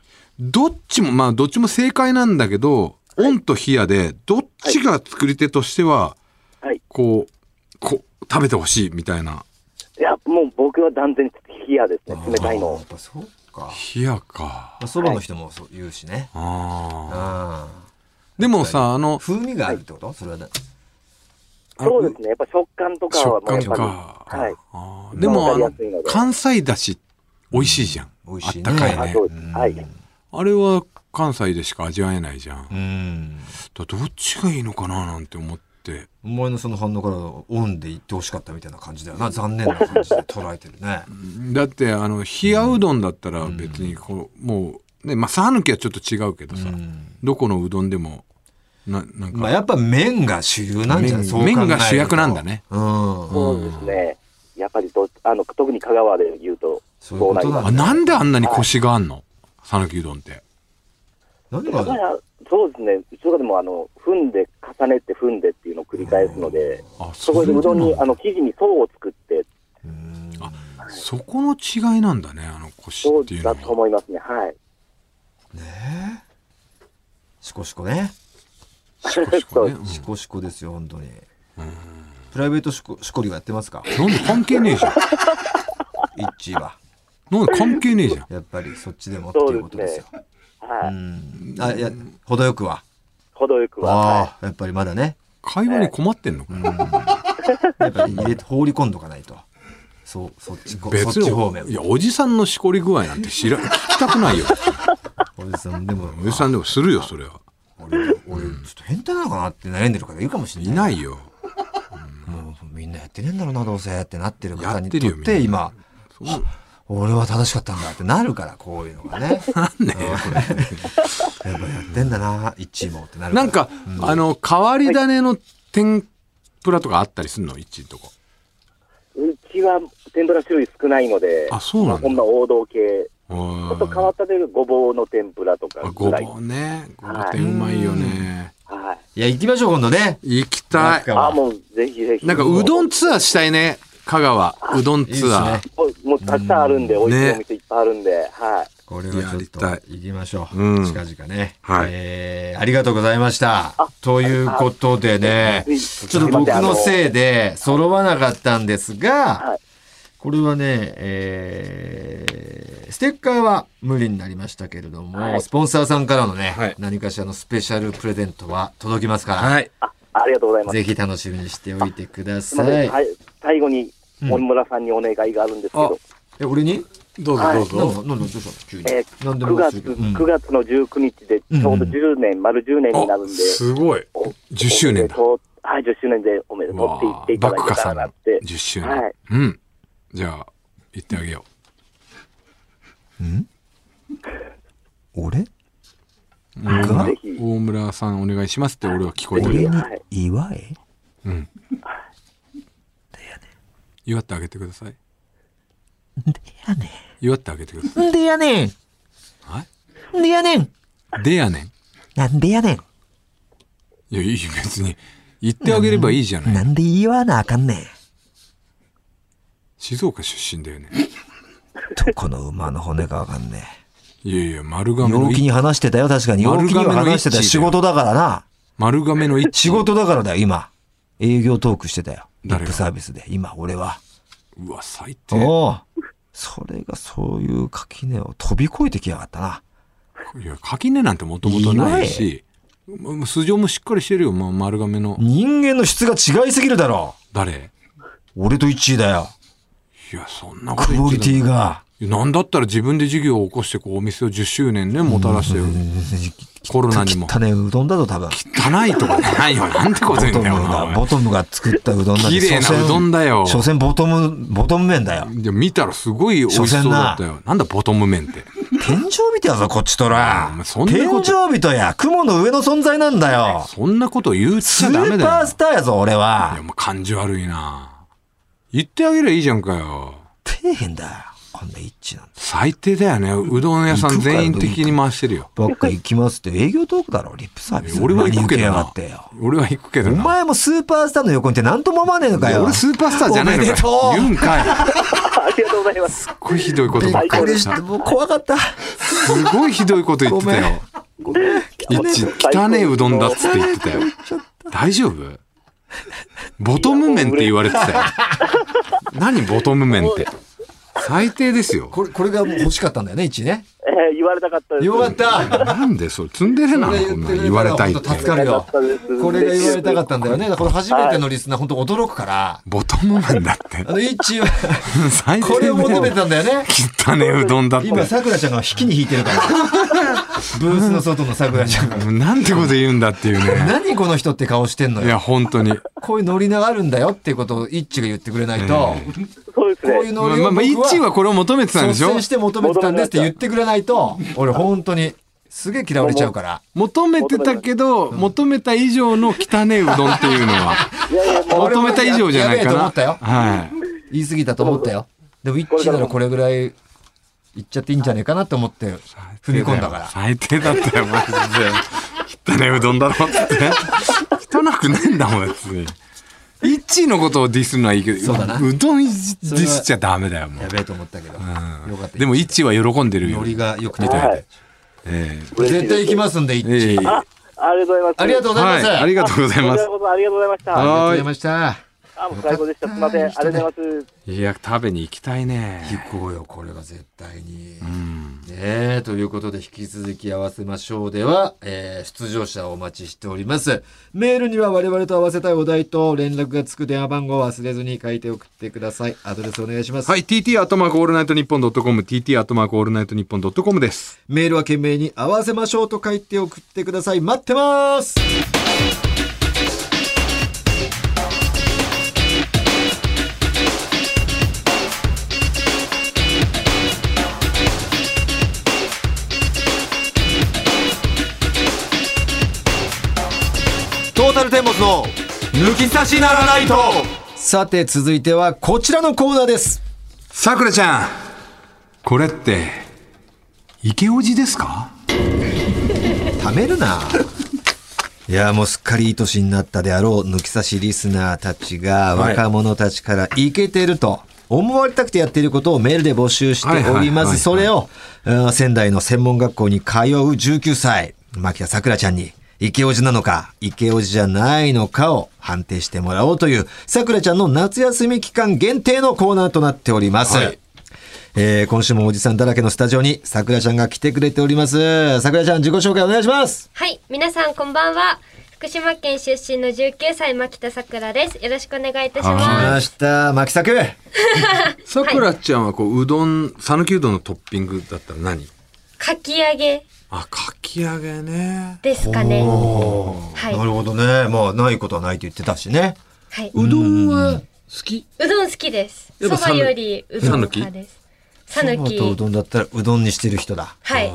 Speaker 2: どっちも、まあ、どっちも正解なんだけど、オンとヒヤで、どっちが作り手としては、
Speaker 3: はい
Speaker 2: こう、こ食べてほしいみたいな。
Speaker 3: いや、もう僕は断然冷やですね。冷たい
Speaker 1: あー
Speaker 3: の
Speaker 1: やっ。ぱそうか。ま
Speaker 2: 冷やか。
Speaker 1: あ、そばの人もそう言うしね。
Speaker 2: ああ。
Speaker 1: ああ。
Speaker 2: でもさ、あの、
Speaker 1: 風味があるってことそれはね。
Speaker 2: あ
Speaker 3: そうですね。やっぱ食感とかはもうやっ
Speaker 2: 食感
Speaker 3: ぱ
Speaker 2: か
Speaker 3: り。はい。
Speaker 2: あーでも、あ
Speaker 3: わ
Speaker 2: の
Speaker 3: かりやすいの、で
Speaker 2: 関西だし、美味しいじゃん。
Speaker 1: 美味しいね
Speaker 2: あったかい
Speaker 1: は
Speaker 3: あ
Speaker 2: ね
Speaker 3: そうです。はい。
Speaker 2: あれは関西でしか味わえないじゃん。だ
Speaker 1: う
Speaker 2: か
Speaker 1: ん。
Speaker 2: らどっちがいいのかななんて思って。
Speaker 1: お前のその反応からオンで言ってほしかったみたいな感じだよな。残念な感じで捉えてる ね。
Speaker 2: だって、あの、冷やうどんだったら別にこう、もう、ね、まあ、さぬきはちょっと違うけどさ、
Speaker 1: うん
Speaker 2: どこのうどんでも、な、なん
Speaker 1: まあ
Speaker 2: か、
Speaker 1: やっぱ麺が主流なんじゃない
Speaker 2: 麺
Speaker 1: そう考えると
Speaker 2: 麺が主役なんだね。
Speaker 1: うん。
Speaker 3: そうですね。やっぱりど、あの、特に香川で言うと、
Speaker 1: そういうことなんだ
Speaker 2: あ、なんであんなにコシがあんのさぬきうどんって。
Speaker 1: 何
Speaker 3: だか
Speaker 1: が、
Speaker 3: ら、そうですね。うちとかでも、あの、踏んで、重ねて踏んでっていうのを繰り返すので、
Speaker 2: あ、
Speaker 3: そこでうどん
Speaker 2: そう
Speaker 3: に、
Speaker 2: なん
Speaker 3: あの、生地に層を作って、
Speaker 1: うん
Speaker 2: だそこの違いなんだね、あのコシ
Speaker 3: そう
Speaker 2: っていうの
Speaker 3: だと
Speaker 2: は。
Speaker 3: 思いますね。はい。
Speaker 1: ねえ。シコシコね。
Speaker 2: シコシコね
Speaker 1: シコシコですよ、本当に。
Speaker 2: うん
Speaker 1: プライベートシコシコリはやってますか
Speaker 2: うんなんで関係ねえじゃん。
Speaker 1: イッチーは。
Speaker 2: なんで関係ねえじゃん。
Speaker 1: やっぱりそっちでもっていうことですよ。う
Speaker 3: はい。
Speaker 1: ん。あ、いや、程よくは。
Speaker 3: 程よくは。は
Speaker 1: ああ、やっぱりまだね。
Speaker 2: 会話に困ってんのかな。
Speaker 1: やっぱり入れて放り込んどかないと。そう、そっちこ、そっ
Speaker 2: 別
Speaker 1: ち方
Speaker 2: に、
Speaker 1: 面
Speaker 2: い。や、おじさんのしこり具合なんて知ら、聞きたくないよ。
Speaker 1: おじさん、でも、
Speaker 2: おじさんでもするよ、それは。
Speaker 1: 俺、俺、ちょっと変態なのかなって悩んでる方いるかもしれ
Speaker 2: い
Speaker 1: ない。
Speaker 2: ないよ。
Speaker 1: もう、みんなやってねえんだろうな、どうせってなってる方
Speaker 2: や
Speaker 1: に
Speaker 2: って
Speaker 1: と
Speaker 2: る
Speaker 1: っ
Speaker 2: よ
Speaker 1: て、
Speaker 2: みん
Speaker 1: 今
Speaker 2: な、そう
Speaker 1: 俺は正しかったんだってなるから、こういうのがね。
Speaker 2: なんね
Speaker 1: やっぱやってんだな、一位もってなるら
Speaker 2: なんか、あの、変わり種の天ぷらとかあったりすんの一位とこ。
Speaker 3: い。うちは、天ぷら種類少ないので、
Speaker 2: あ、そうなんだ
Speaker 3: こん。な王道系。ちょっと変わ
Speaker 2: あ
Speaker 3: ったというごぼうの天ぷらとか
Speaker 2: ご
Speaker 3: ぐらい。
Speaker 2: ぼうね。ごぼうってうまいよね。
Speaker 3: はい。
Speaker 1: いや、行きましょう、今度ね。
Speaker 2: 行きたい。
Speaker 3: あ、もうぜひぜひ。
Speaker 2: なんか、うどんツアーしたいね。香川。うどん
Speaker 1: いいです
Speaker 2: ツア
Speaker 1: ね
Speaker 2: ー。。
Speaker 3: もうもうたくさんあるんで、
Speaker 2: うん
Speaker 3: 美味しい
Speaker 2: ね
Speaker 3: お店いっぱいあるんで、はい。
Speaker 1: これはちょっと
Speaker 2: やり
Speaker 1: 行きましょう。
Speaker 2: うん
Speaker 1: 近々ね。
Speaker 2: はい
Speaker 1: えーありがとうございました。ということでね、
Speaker 3: はい
Speaker 1: ちょっと僕のせいで揃わなかったんです
Speaker 3: は
Speaker 1: が
Speaker 3: い、
Speaker 1: これはね、えーステッカーは無理になりましたけれども、
Speaker 3: はい
Speaker 1: スポンサーさんからのね、
Speaker 2: はい
Speaker 1: 何かしらのスペシャルプレゼントは届きますから、
Speaker 2: はい。
Speaker 3: あ、ありがとうございます。
Speaker 1: ぜひ楽しみにしておいてくだ
Speaker 3: すいませ
Speaker 1: さ
Speaker 3: ん
Speaker 1: い。
Speaker 3: はい。最後に、
Speaker 1: うん
Speaker 3: 森村さんにお願いがあるんですけど、
Speaker 1: え、俺に
Speaker 2: どう
Speaker 3: は
Speaker 2: ぞ
Speaker 3: い
Speaker 2: どう
Speaker 1: なんだ、なん
Speaker 2: ぞ。
Speaker 1: だ、どうしたの急に。
Speaker 3: えー
Speaker 1: 何で
Speaker 3: 9
Speaker 1: も
Speaker 3: 月、
Speaker 1: するけどうん
Speaker 3: 9月の19日でちょうど10年、丸10年になるんで、
Speaker 2: すごい。10周年だ。
Speaker 3: おめでとうはい、10周年でおめでとう
Speaker 2: わ
Speaker 3: って言っていただけたらなって。
Speaker 2: 10周年、
Speaker 3: はい。
Speaker 2: うんじゃあ言ってあげよ
Speaker 1: 俺
Speaker 2: う大村
Speaker 3: ぜひ
Speaker 2: 大村さんお願いしますって俺は聞こえて
Speaker 3: ぜひ、
Speaker 2: る
Speaker 3: はい。
Speaker 1: 祝え
Speaker 2: 祝ってあげてください祝ってあげてください
Speaker 1: んでやねん
Speaker 2: は
Speaker 1: んでやねん
Speaker 2: いでやねん
Speaker 1: なんでやね
Speaker 2: いやいい別に言ってあげればいいじゃない、
Speaker 1: んなんで言わなあかんねん
Speaker 2: 静岡出身だよね
Speaker 1: どこの馬の骨かわかんね
Speaker 2: いやいや丸
Speaker 1: え。
Speaker 2: 亀の
Speaker 1: 陽気
Speaker 2: い
Speaker 1: に話してたよ、確かに。陽気には話してたよ。
Speaker 2: 丸亀の一致だよ
Speaker 1: 仕事だからな。
Speaker 2: 丸亀の一
Speaker 1: 仕事だからだよ、今。営業トークしてたよ。リ
Speaker 2: 誰
Speaker 1: ッ
Speaker 2: が
Speaker 1: プサービスで、今、俺は。
Speaker 2: うわ最低い
Speaker 1: おお。それがそういう垣根を飛び越えてきやがったな。
Speaker 2: や垣根なんてもともとないしま素性もしっかりしてるよ、まあ、丸亀の
Speaker 1: 人間の質が違いすぎるだろ。
Speaker 2: 誰
Speaker 1: 俺と一位だよ。
Speaker 2: いやそんなこと
Speaker 1: ク
Speaker 2: 言っ
Speaker 1: オ
Speaker 2: て
Speaker 1: リ
Speaker 2: た
Speaker 1: ティが。
Speaker 2: なんだったら自分で事業を起こしてこうお店を10周年ねもたらしてよコロナにも
Speaker 1: 汚ねうどんだぞ、多分。
Speaker 2: 汚いとかないよなんて
Speaker 1: ボ
Speaker 2: こと言う
Speaker 1: ト
Speaker 2: んだよ
Speaker 1: ムが、
Speaker 2: お
Speaker 1: ボトムが作ったうどんだ
Speaker 2: 綺麗なうどんだよ
Speaker 1: 所詮、所詮ボトム、ボトム麺だよ。
Speaker 2: 前いや見たらすごい美味しそうだったよなんだボトム麺って
Speaker 1: 天井人やぞ、こっちと
Speaker 2: お
Speaker 1: ら
Speaker 2: 前。そん
Speaker 1: 天
Speaker 2: な
Speaker 1: 井
Speaker 2: こと
Speaker 1: 人や、雲の上の存在なんだよ。
Speaker 2: そんなこと言っ
Speaker 1: ス
Speaker 2: ちゃダメ
Speaker 1: ー
Speaker 2: だ
Speaker 1: パー
Speaker 2: よ
Speaker 1: スターやぞ、俺
Speaker 2: いや
Speaker 1: は。
Speaker 2: もう感じ悪いな言ってあげりゃいいじゃんかよ
Speaker 1: 底辺だよ。こんな一致なんて。
Speaker 2: 最低だよねうどん屋さん全員的に回してるよ
Speaker 1: ばっか行きますって営業トークだろ、リップサービス。
Speaker 2: 俺は行く
Speaker 1: 何
Speaker 2: け
Speaker 1: 受や
Speaker 2: ど
Speaker 1: が
Speaker 2: な
Speaker 1: ってよ。
Speaker 2: 俺は行くけど
Speaker 1: お
Speaker 2: な
Speaker 1: 前もスーパースターの横にいて何とも思わねえのかよ。
Speaker 2: 俺スーパースターじゃないの
Speaker 1: おめでと
Speaker 2: か
Speaker 1: う
Speaker 2: 言うんかい
Speaker 3: ありがとうございます。
Speaker 2: すっごいひどいこと
Speaker 1: び
Speaker 2: ば
Speaker 1: っ
Speaker 2: っか
Speaker 1: く
Speaker 2: り
Speaker 1: り
Speaker 2: し
Speaker 1: したて、もう怖かった。
Speaker 2: すごいひどいこと言ってたよ。
Speaker 1: ごめん。
Speaker 2: いち汚ねえうどんだっつって言ってたよ。大丈夫ボトム麺って言われてたよ。何ボトム麺って。最低ですよ。
Speaker 1: これ、これがもう欲しかったんだよね、1ね。
Speaker 3: えー言われたかったです。
Speaker 1: よかった
Speaker 2: なんでそれ、ツンデレなのこんなの言われたいって
Speaker 1: そ。れ言ってくれたら本当助かるよ。これが言われたかったんだよね。だから初めてのリスナー、本当驚くから。
Speaker 2: ボトム麺だって
Speaker 1: あ。の、1は、
Speaker 2: 最低だよ
Speaker 1: これを求めてたんだよね。
Speaker 2: 汚ねうどんだっ て。
Speaker 1: 今、さくらちゃんが引きに引いてる から。ブースの外のさくらちゃんが。
Speaker 2: なんてこと言うんだっていうね。
Speaker 1: 何この人って顔してんの
Speaker 2: い
Speaker 1: よ。
Speaker 2: や、本当に。
Speaker 1: こういうノリがあるんだよっていうことをイッチが言ってくれないと、こ
Speaker 3: そうです
Speaker 1: う
Speaker 3: ね。
Speaker 1: いう
Speaker 2: まあ
Speaker 1: ノリ
Speaker 2: ま
Speaker 1: を
Speaker 2: あまあ、
Speaker 1: 僕
Speaker 2: 一は
Speaker 1: は
Speaker 2: これを求めてたんでし
Speaker 1: 率
Speaker 2: ょ
Speaker 1: 先して求めてたんですって言ってくれないと、俺本当にすげえ嫌われちゃうから。
Speaker 2: 求めてたけど、求めた以上の汚ねうどんっていうの は、
Speaker 3: いやいや、もう、
Speaker 2: 求めた以上じゃないかな。
Speaker 1: やべえと思った
Speaker 2: はい。
Speaker 1: 言い過ぎたと思ったよ。でもイッチならこれぐらい言っちゃっていいんじゃねえかなと思って踏み込んだから。
Speaker 2: 最低だったよ、マジで。汚 ねうどんだろっつって。汚くないんだもん、別に。イッチーのことをディスるのはいいけど、
Speaker 1: そうだな
Speaker 2: うどんいじディスっちゃダメだよ、も
Speaker 1: や
Speaker 2: う。
Speaker 1: べえと思ったけど。よかった。
Speaker 2: でも、イッチーは喜んでるよ
Speaker 1: ノ。リがよくて
Speaker 2: みたい
Speaker 3: は
Speaker 2: で
Speaker 3: い。
Speaker 2: え
Speaker 3: 嬉しい
Speaker 1: 絶
Speaker 3: です
Speaker 1: 対行きますんで、イッ
Speaker 2: ええ
Speaker 1: チ。
Speaker 2: え
Speaker 3: あ、ありがとうございます。
Speaker 1: ありがとうございます。
Speaker 2: はい、ありがとうございま
Speaker 3: こち
Speaker 2: す
Speaker 3: ら。こそありがとうございまし
Speaker 1: あり
Speaker 3: た。
Speaker 1: がとうございました。
Speaker 3: あ、もう最高でした。すみません。ありがとうございます。
Speaker 2: いや、食べに行きたいね。
Speaker 1: 行こうよ、これは絶対に。
Speaker 2: うん。
Speaker 1: ねえ、ということで引き続き合わせましょうでは、えー出場者をお待ちしております。メールには我々と合わせたいお題と連絡がつく電話番号を忘れずに書いて送ってください。アドレスお願いします。
Speaker 2: はい、tt アットマークオールナイトニッポンドットコム、tt アットマークオールナイトニッポンドットコムです。
Speaker 1: メールは懸命に合わせましょうと書いて送ってください。待ってますトータルテンボスの抜き差しならないとさて続いてはこちらのコーナーです
Speaker 2: さくらちゃん、これって、池おじですか
Speaker 1: 貯めるないやもうすっかりいい年になったであろう抜き差しリスナーたちが
Speaker 2: はい
Speaker 1: 若者たちからイケてると思われたくてやっていることをメールで募集しておりま
Speaker 2: はいはいはいは
Speaker 1: す
Speaker 2: い
Speaker 1: それをうん仙台の専門学校に通う19歳牧田さくらちゃんにイケオジなのか、イケオジじゃないのかを判定してもらおうという、さくらちゃんの夏休み期間限定のコーナーとなっております。
Speaker 2: はい
Speaker 1: えー今週もおじさんだらけのスタジオに、さくらちゃんが来てくれております。さくらちゃん、自己紹介お願いします。
Speaker 4: はい、皆さんこんばんは。福島県出身の19歳牧田さくらです。よろしくお願いいた
Speaker 1: 来
Speaker 4: しま。
Speaker 1: ますした。牧作。
Speaker 2: さくらちゃんはこううどん讃岐うどんのトッピングだったら何
Speaker 4: かき揚げ
Speaker 2: あかき揚げね
Speaker 4: ですかね。はい
Speaker 1: なるほどね。まあ、ないことはないと言ってたしね。
Speaker 4: はいう
Speaker 2: どんは好き
Speaker 4: うどん好きです。
Speaker 2: や
Speaker 4: そ
Speaker 2: っぱ
Speaker 4: ばよりうどん派です。さぬ
Speaker 1: そばとう
Speaker 4: き。
Speaker 1: どんだったら、うどんにしてる人だ。
Speaker 4: はい。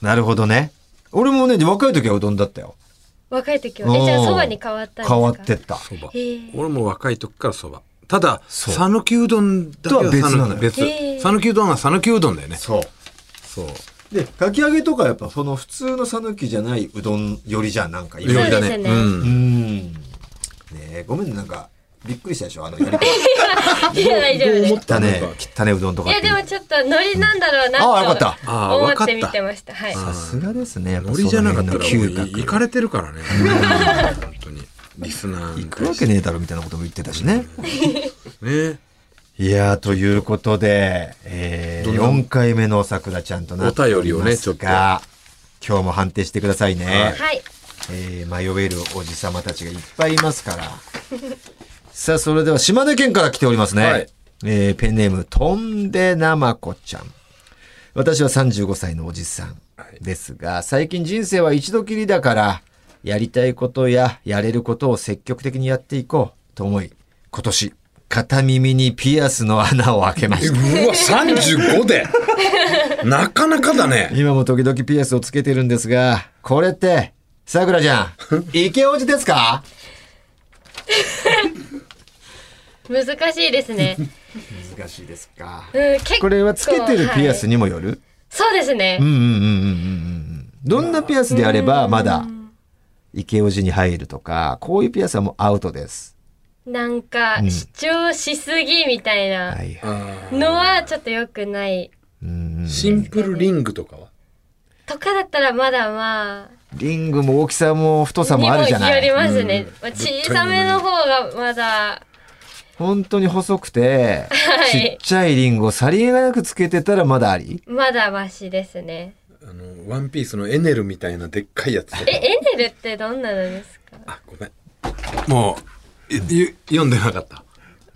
Speaker 1: なるほどね。俺もね、若い時はうどんだったよ。
Speaker 4: 若い時は。え、じゃあ
Speaker 1: うん
Speaker 4: そばに変わったんですか
Speaker 1: 変わってった。
Speaker 2: そば
Speaker 4: へー
Speaker 2: 俺も若い時からそばただ
Speaker 1: そう
Speaker 2: 讃岐うどんだけは
Speaker 1: とは別なのよ
Speaker 2: 讃岐別
Speaker 4: へー
Speaker 2: 讃岐うどんは讃岐うどんだよね
Speaker 1: そう。
Speaker 2: そう
Speaker 1: で、かき揚げとかやっぱ、その普通の讃岐じゃないうどんよりじゃん、なんか
Speaker 4: う
Speaker 1: 今
Speaker 4: ですね
Speaker 2: う
Speaker 1: うんん。ねえ、ごめんね、なんか、びっくりしたでしょ、あのやり方。
Speaker 4: いや、大丈夫です。
Speaker 1: 汚ね、汚ねうどんと
Speaker 4: い
Speaker 1: かって
Speaker 4: や、
Speaker 1: う。
Speaker 4: でもちょっとノリなんだろうな
Speaker 1: あーよかった
Speaker 2: あ
Speaker 4: と
Speaker 2: ー
Speaker 4: 思
Speaker 2: わかった
Speaker 4: って見てました。はい。
Speaker 1: さすがですね。
Speaker 2: ノリじゃなかったらもう
Speaker 1: 嗅覚。
Speaker 2: 行かれてるからね本当にリスナーに
Speaker 1: 行くわけねえだろみたいなことも言ってたしね。
Speaker 2: ね
Speaker 1: いやー、ということで、えー、
Speaker 2: どんな
Speaker 1: 4回目のさくらちゃんとなっております
Speaker 2: お便りをね
Speaker 1: が、今日も判定してくださいね。
Speaker 4: はい。
Speaker 1: えー、迷えるおじさまたちがいっぱいいますから。 さあ、それでは島根県から来ておりますね。
Speaker 2: はい
Speaker 1: えーペンネーム、とんでなまこちゃん。私は35歳のおじさんですが、最近人生は一度きりだから、やりたいことややれることを積極的にやっていこうと思い、今年、片耳にピアスの穴を開けま した。
Speaker 2: うわ35でなかなかだね
Speaker 1: 今も時々ピアスをつけてるんですが、これって、さくらちゃ ん、池おじですか
Speaker 4: 難しいですね。
Speaker 1: 難しいですか。
Speaker 4: うん、結構
Speaker 1: これはつけてるピアス
Speaker 4: はい
Speaker 1: にもよる、
Speaker 4: そうですね
Speaker 1: うん。うんうんうんうんうん。どんなピアスであればまだ池おじに入るとか、こういうピアスはもうアウトです。
Speaker 4: なんか、主張しすぎみたいな
Speaker 1: はいはい。
Speaker 2: あー
Speaker 4: のはちょっと良くない。
Speaker 1: うんうん
Speaker 2: シンプルリングとかは
Speaker 4: とかだったらまだまあ、
Speaker 1: リングも大きさも太さもあるじゃない。
Speaker 4: にもよりますね。ま
Speaker 2: う
Speaker 4: あ
Speaker 2: ん
Speaker 4: 小さめの方がまだ、
Speaker 1: 本当に細くて、
Speaker 4: はい
Speaker 1: ちっちゃいリンゴさりげなくつけてたらまだあり
Speaker 4: まだマシですね。
Speaker 2: あの、ワンピースのエネルみたいなでっかいやつ。
Speaker 4: え、エネルってどんなのですか
Speaker 2: あ、ごめん。もう、いゆ読んでなかった。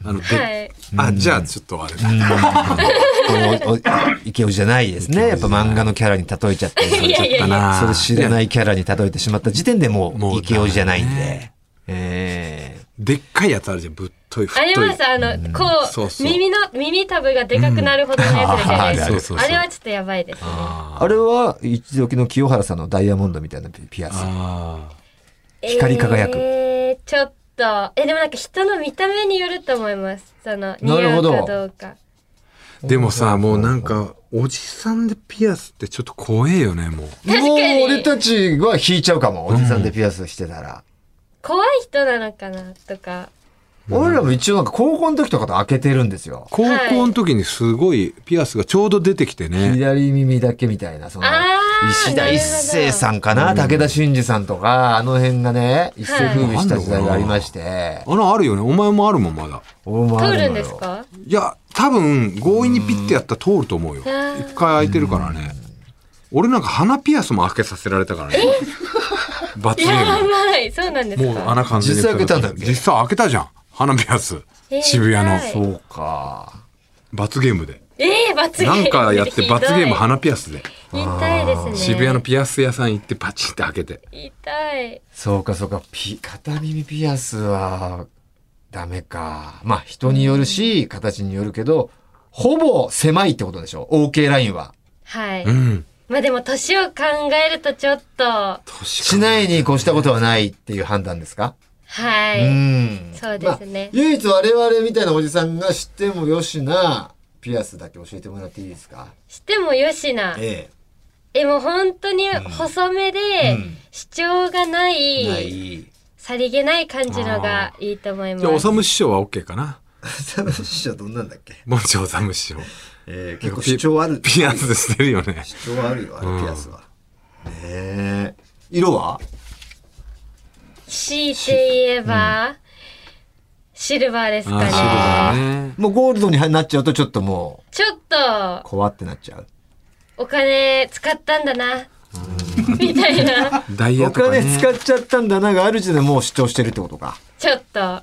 Speaker 2: あの、で、
Speaker 4: はい。
Speaker 2: あ、じゃあちょっとあれだ。
Speaker 1: おお池尾じゃないですね。やっぱ漫画のキャラに例えちゃって、それ
Speaker 4: いやいやいや
Speaker 2: だな
Speaker 1: それ知らないキャラに例えてしまった時点でも
Speaker 2: も
Speaker 1: う
Speaker 2: う
Speaker 1: 池尾じゃないん
Speaker 2: だ
Speaker 1: で。え
Speaker 2: でっかいやつあるじゃん、ぶっとい、太
Speaker 4: あ
Speaker 2: い。
Speaker 4: ります。あの、こう
Speaker 2: そうそう
Speaker 4: 耳の、耳たぶがでかくなるほどのやつですよね。
Speaker 1: うんあー
Speaker 2: そうそうそう
Speaker 4: あれはちょっとやばいです。
Speaker 1: ーあれは一時の清原さんのダイヤモンドみたいなピピアス。
Speaker 2: ああ。
Speaker 1: 光り輝く
Speaker 4: えー、ちょっと、え、でもなんか人の見た目によると思います。その、似
Speaker 1: なるほ
Speaker 4: 合うか
Speaker 1: ど
Speaker 4: どうか。
Speaker 2: でもさ、もうなんか、おじさんでピアスってちょっと怖えよね、もう。
Speaker 4: 確かに
Speaker 1: もう俺たちは引いちゃうかも。おじさんでピアスしてたら。
Speaker 4: 怖い人なのかなとか。
Speaker 1: 俺らも一応なんか高校の時とかと開けてるんですよ。
Speaker 2: 高校の時にすごいピアスがちょうど出てきてね。
Speaker 1: 左耳だけみたいな、その
Speaker 4: あ、ー
Speaker 1: 石
Speaker 4: な
Speaker 1: 田
Speaker 4: るほど
Speaker 1: 一生さんかな、武田真治さんとか、あの辺がね、一世風靡した時代がありまして、
Speaker 2: あの、あるよね。お前もあるもん、まだ。
Speaker 1: 俺もあ
Speaker 4: 通
Speaker 1: のよ
Speaker 4: るんですか
Speaker 2: いや、多分、強引にピッてやったら通ると思うよ。一
Speaker 4: ん
Speaker 2: 回開いてるからね。俺なんか鼻ピアスも開けさせられたからね。罰ゲ
Speaker 4: や
Speaker 2: ーム。
Speaker 4: ばい。そうなんです
Speaker 2: もう
Speaker 4: か
Speaker 2: 穴完全に
Speaker 1: 実際開けたんだっけ
Speaker 2: 実際開けたじゃん。鼻ピアス
Speaker 4: え。ー
Speaker 2: 渋谷
Speaker 4: 痛
Speaker 2: の
Speaker 4: い
Speaker 1: そうか。
Speaker 2: 罰ゲームで。
Speaker 4: えー、罰ゲー
Speaker 2: な
Speaker 4: ム。
Speaker 2: んかやって罰ゲーム鼻ピアスで。
Speaker 4: ひどい痛いですね。
Speaker 2: 渋谷のピアス屋さん行ってパチンって開けて。
Speaker 4: 痛い。
Speaker 1: そうか、そうか。ピ、片耳ピアスは、ダメか。まあ、人によるし、形によるけど、ほぼ狭いってことでしょ ?OK ラインは。
Speaker 4: はい。
Speaker 2: うん。
Speaker 4: まあでも、年を考えるとちょっと、は
Speaker 1: しないに越したことはないっていう判断ですか
Speaker 4: い。
Speaker 1: うん
Speaker 4: そうですね
Speaker 1: まあ唯一我々みたいなおじさんが知ってもよしなピアスだけ教えてもらっていいですか
Speaker 4: してもよしな。
Speaker 1: え
Speaker 4: え、もう本当に細めで、
Speaker 1: うん
Speaker 4: 主張がない、
Speaker 1: えない
Speaker 4: さりげない感じのがいいと思います。
Speaker 2: じゃあ、おさむ師匠は OK かな。
Speaker 1: 浅野師匠どんなんだっけ、
Speaker 2: もちおさむ師匠。
Speaker 1: ええ、結構主張ある
Speaker 2: ピアスしてるよね。
Speaker 1: 主張あるよあれピアスは、ねえ色は
Speaker 4: 強いて言えば、シルバーですかね。
Speaker 2: あーシルバーね。
Speaker 1: もうゴールドになっちゃうとちょっとも
Speaker 4: ちょっ
Speaker 1: う
Speaker 4: と、
Speaker 1: 怖ってなっちゃう
Speaker 4: お金使ったんだな。みたいな。
Speaker 2: ダイヤ
Speaker 1: お
Speaker 2: とか、ね、
Speaker 1: 金使っちゃったんだながある時点でもう主張してるってことか
Speaker 4: ちょっと、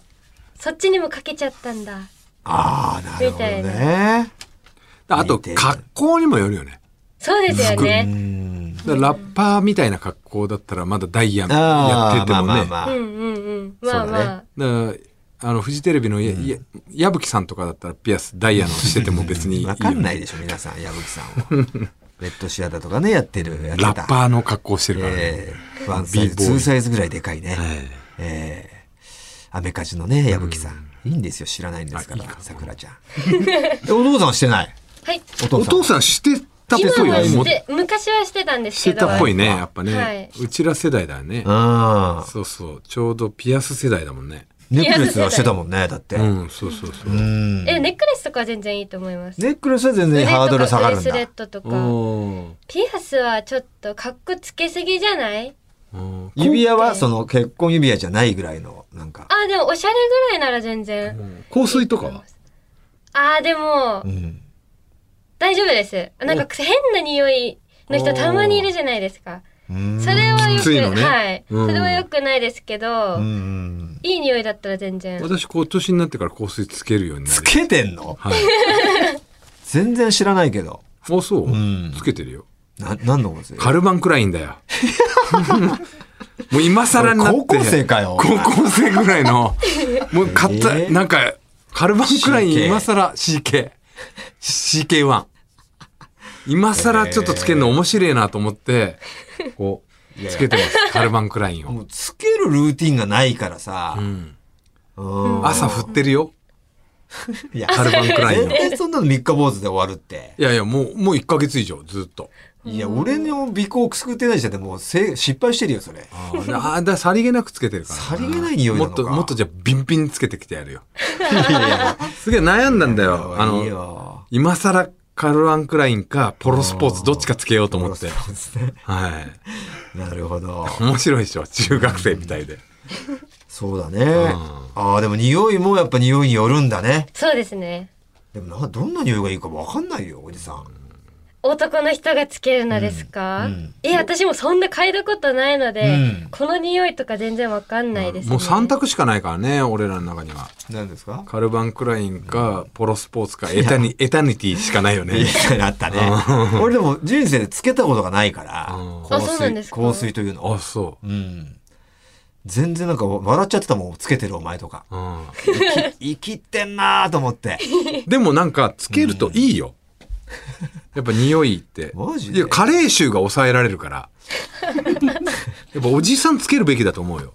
Speaker 4: そっちにもかけちゃったんだ。
Speaker 1: ああなるほど
Speaker 4: み
Speaker 1: ね
Speaker 2: あと格好にもよるよね
Speaker 4: そうですよ
Speaker 1: う
Speaker 4: ね。
Speaker 1: ん
Speaker 2: だからラッパーみたいな格好だったらまだダイヤや
Speaker 1: あ
Speaker 2: って
Speaker 1: あ
Speaker 2: て
Speaker 1: ま
Speaker 2: も
Speaker 1: あ
Speaker 2: ね
Speaker 1: まあま
Speaker 4: う
Speaker 1: あ、
Speaker 4: んうんうん。まあ
Speaker 1: そう
Speaker 4: ま
Speaker 1: だ
Speaker 4: あ
Speaker 1: ね。
Speaker 2: だからあのフジテレビのや、や矢吹さんとかだったらピアスダイヤのしてても別にいいよ
Speaker 1: わかんないでしょ、皆さん、矢吹さんは。 レッドシアターとかね、やってる。やってた
Speaker 2: ラッパーの格好してるからね、
Speaker 1: えー、ワンサイズ、
Speaker 2: ビーボーイ
Speaker 1: ツーサイズぐらいでかいね。
Speaker 2: はい
Speaker 1: えー、アメカジのね、矢吹さん。いいんですよ、知らないんですから
Speaker 2: あいい、か
Speaker 1: さくらちゃん。 えお父さんはしてない。
Speaker 4: はい。
Speaker 1: お父さん
Speaker 2: お父。さんしてたっぽ
Speaker 4: 今
Speaker 2: いよ
Speaker 4: は
Speaker 2: ね
Speaker 4: し
Speaker 2: も
Speaker 4: て、昔はしてたんです
Speaker 2: し
Speaker 4: け
Speaker 2: て
Speaker 4: ど。
Speaker 2: たっぽいねやっぱね、
Speaker 4: はいう
Speaker 2: ちら世代だよね
Speaker 1: ああ。
Speaker 2: そうそうちょうどピアス世代だもんね
Speaker 1: ネックレスはしてたもんね、だって。
Speaker 2: う
Speaker 1: うん
Speaker 2: そうそうそう、
Speaker 1: ん。
Speaker 4: え、
Speaker 1: ネ
Speaker 4: ネックレスとかは全然いいと思います。
Speaker 1: ックレスは全然ハードル下がるん
Speaker 4: 腕と
Speaker 1: だ
Speaker 4: かブレ。スレットとか。
Speaker 2: お
Speaker 4: ピアスはちょっとかっこつけすぎじゃない
Speaker 2: ー
Speaker 1: 指輪は、その、結婚指輪じゃないぐらいの、なんか。
Speaker 4: あ、でもおしゃれぐらいなら全然。
Speaker 2: 香水とかは
Speaker 4: あーでも
Speaker 1: う、ん。
Speaker 4: 大丈夫です。なんか変な匂いの人たまにいるじゃないですか。
Speaker 1: うん
Speaker 4: それはよ
Speaker 2: きついの
Speaker 4: く、
Speaker 2: ね
Speaker 4: はい。
Speaker 2: うん
Speaker 4: それはよくないですけど
Speaker 1: う、ん。
Speaker 4: いい匂いだったら全然。
Speaker 2: 私今年になってから香水つけるようになり
Speaker 1: つけてんの
Speaker 2: はい。
Speaker 1: 全然知らないけど。
Speaker 2: あ、そう、
Speaker 1: ん
Speaker 2: つけてるよ。
Speaker 1: な、何のこと
Speaker 2: カルバンクラインだよ。 もう今更になって。
Speaker 1: 高校生かよお前
Speaker 2: 高校生ぐら いの。もう買った、
Speaker 1: えー
Speaker 2: なんか、カルバンクライン
Speaker 1: CK
Speaker 2: 今更 CK。CK1。今更ちょっとつけるの面白いなと思って、こう、つけてます。カルバンクライン
Speaker 1: も
Speaker 2: を。
Speaker 1: うつけるルーティンがないからさ
Speaker 2: う。ん。
Speaker 1: うん
Speaker 2: 朝振ってるよ。
Speaker 1: いや、
Speaker 2: カルバンクラインを
Speaker 1: 絶対そんなの三日坊主で終わるって
Speaker 2: い。やいや、もう、もう1ヶ月以上、ずっと。
Speaker 1: いや、俺の尾行くすぐってない時点でもうせ失敗してるよ、それ。
Speaker 2: あーだださりげなくつけてるからな
Speaker 1: さりげない匂いなのか
Speaker 2: もっともっとじゃあビンビンつけてきてやるよ
Speaker 1: いやいや
Speaker 2: すげえ悩んだんだよあ
Speaker 1: いい
Speaker 2: の
Speaker 1: よ。
Speaker 2: 今更カルアンクラインかポロスポーツどっちかつけようと思って
Speaker 1: ポ。ロスポーツね
Speaker 2: はい。
Speaker 1: なるほど。
Speaker 2: 面白いでしょ中学生みたいで。
Speaker 1: そうだね。
Speaker 2: ん
Speaker 1: ああ、でも匂いもやっぱ匂いによるんだね。
Speaker 4: そうですね。
Speaker 1: でもな、どんな匂いがいいかわかんないよ、おじさん。
Speaker 4: 男の人がつけるのですか、
Speaker 1: うんうん
Speaker 4: いや、私もそんな嗅いだことないので、
Speaker 1: うん
Speaker 4: この匂いとか全然わかんないです、ね。
Speaker 2: もう3択しかないからね、俺らの中には。
Speaker 1: 何ですか
Speaker 2: カルバンクラインか、ポロスポーツか、エタニエタニティしかないよね。
Speaker 1: いやあったね。俺でも人生でつけたことがないから
Speaker 2: うん、
Speaker 1: 香
Speaker 4: あそうなんで
Speaker 1: 水、
Speaker 4: すか
Speaker 1: 香水というの
Speaker 2: あ、
Speaker 1: を。
Speaker 2: そ
Speaker 1: うん。全然なんか笑っちゃってたもん、つけてるお前とか。
Speaker 2: う。うん。
Speaker 1: 生きてんなーと思って。
Speaker 2: でもなんか、つけるといいよ。やっぱ匂いって。
Speaker 1: マジ
Speaker 2: い
Speaker 1: で
Speaker 2: や、加齢臭が抑えられるから。やっぱおじさんつけるべきだと思うよ。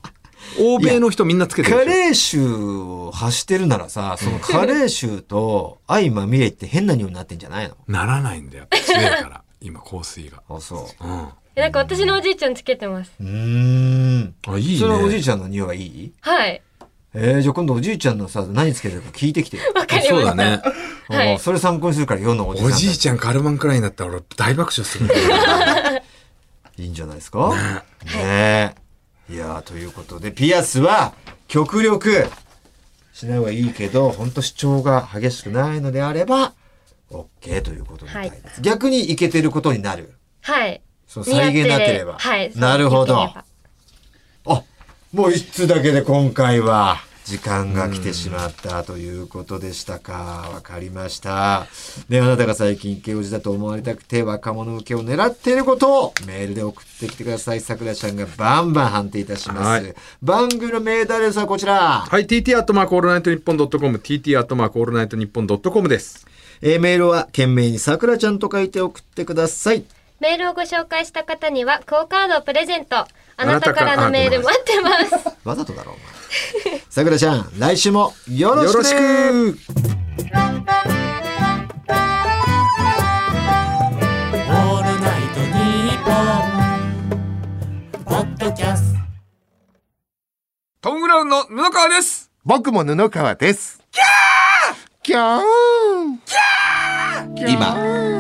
Speaker 2: 欧米の人みんなつけてる
Speaker 1: カ
Speaker 2: でしょ。
Speaker 1: レー臭を発してるならさ、そのカレー臭と相まみえって変な匂いになってんじゃないの
Speaker 2: ならないんだよ。強いから。今、香水が。
Speaker 1: あ、そ
Speaker 2: うん。あ、
Speaker 4: えなんか私のおじいちゃんつけてます。
Speaker 1: う。うーん。
Speaker 2: いいね。
Speaker 1: それはおじいちゃんの匂いはいい
Speaker 4: はい。
Speaker 1: えー、じゃあ今度おじいちゃんのさ、何つけてるか聞いてきてよ。
Speaker 4: わかりました。
Speaker 2: そうだね。
Speaker 4: はい
Speaker 1: おーそれ参考にするから、世のおじさん
Speaker 2: お
Speaker 1: たち。
Speaker 2: じいちゃんカルマンくらいになったら俺大爆笑するんだよ。
Speaker 1: いいんじゃないですかねえ。いやーということで、ピアスは極力しない方がいいけど、ほんと主張が激しくないのであれば、OK ということみたいです。
Speaker 4: は
Speaker 1: 逆にいけてることになる。
Speaker 4: はい。
Speaker 1: その再現なければ。
Speaker 4: 似合ってれはい。
Speaker 1: なるほ
Speaker 4: そう似
Speaker 1: ど
Speaker 4: 合ってれば。
Speaker 1: あ、もう一通だけで今回は時間が来てしまったということでしたか。わかりました。で、あなたが最近イケオジだと思われたくて若者受けを狙っていることをメールで送ってきてください。桜ちゃんがバンバン判定いたします。
Speaker 2: はい
Speaker 1: 番組のメールアドレスはこちら。
Speaker 2: はい、TT アットマークオールナイトニッポンドットコム、TT アットマークオールナイトニッポンドットコムです。
Speaker 1: えーメールは懸命に桜ちゃんと書いて送ってください。
Speaker 4: メールをご紹介した方には、クオカードをプレゼント。あ
Speaker 2: な
Speaker 4: な
Speaker 2: た
Speaker 4: た
Speaker 2: か
Speaker 4: かららのメール待ってます。
Speaker 1: わざとだろ、お 前。桜ちゃん、来週もよろしくね
Speaker 2: よろしく
Speaker 5: オールナイトニッポン」ポッドキャスト
Speaker 2: トム・ブラウンの布川です
Speaker 6: 僕も布川です。キャーキャー
Speaker 7: 今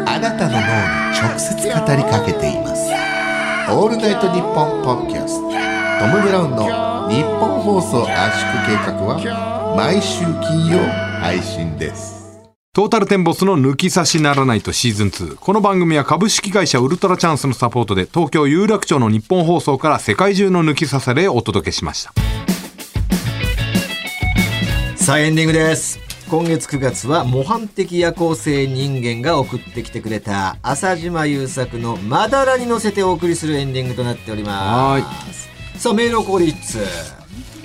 Speaker 7: あなたの脳に直接語りかけています「オールナイトニッポン」ポッドキャストトム・ブラウンの日本放送圧縮計画は毎週金曜配信です
Speaker 2: トータルテンボスの抜き差しならないとシーズン2。この番組は株式会社ウルトラチャンスのサポートで東京有楽町の日本放送から世界中の抜き差されをお届けしました。
Speaker 1: さあエンディングです今月9月は模範的夜行性人間が送ってきてくれた浅島優作の「まだら」に乗せてお送りするエンディングとなっておりますさあメールをここで1通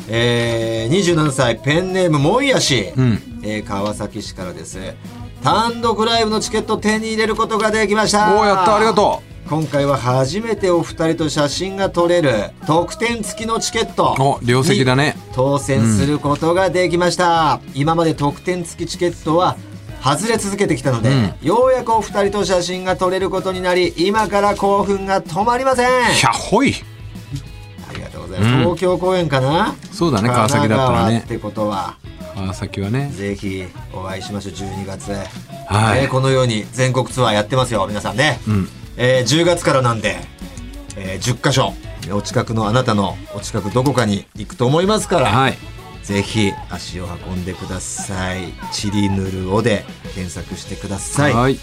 Speaker 1: えー、27歳ペンネームもんやし、
Speaker 2: ん
Speaker 1: えー川崎市からです単独ライブのチケットを手に入れることができました
Speaker 2: おーやったありがと
Speaker 1: う今回は初めてお二人と写真が撮れる特典付きのチケット
Speaker 2: お、両席だね。
Speaker 1: 当選することができました、今まで特典付きチケットは外れ続けてきたので、ようやくお二人と写真が撮れることになり今から興奮が止まりません
Speaker 2: ひゃっほい
Speaker 1: ありがとうございます、東京公演かな
Speaker 2: そうだね川崎だったらね
Speaker 1: 神奈川ってことは
Speaker 2: 川崎はね。
Speaker 1: ぜひお会いしましょう12月、
Speaker 2: はい
Speaker 1: ねこのように全国ツアーやってますよ皆さんね、
Speaker 2: ん
Speaker 1: えー10月からなんで、えー10カ所お近くのあなたのお近くどこかに行くと思いますから、
Speaker 2: はい。
Speaker 1: ぜひ足を運んでください。チリヌルオで検索してください。
Speaker 2: はい。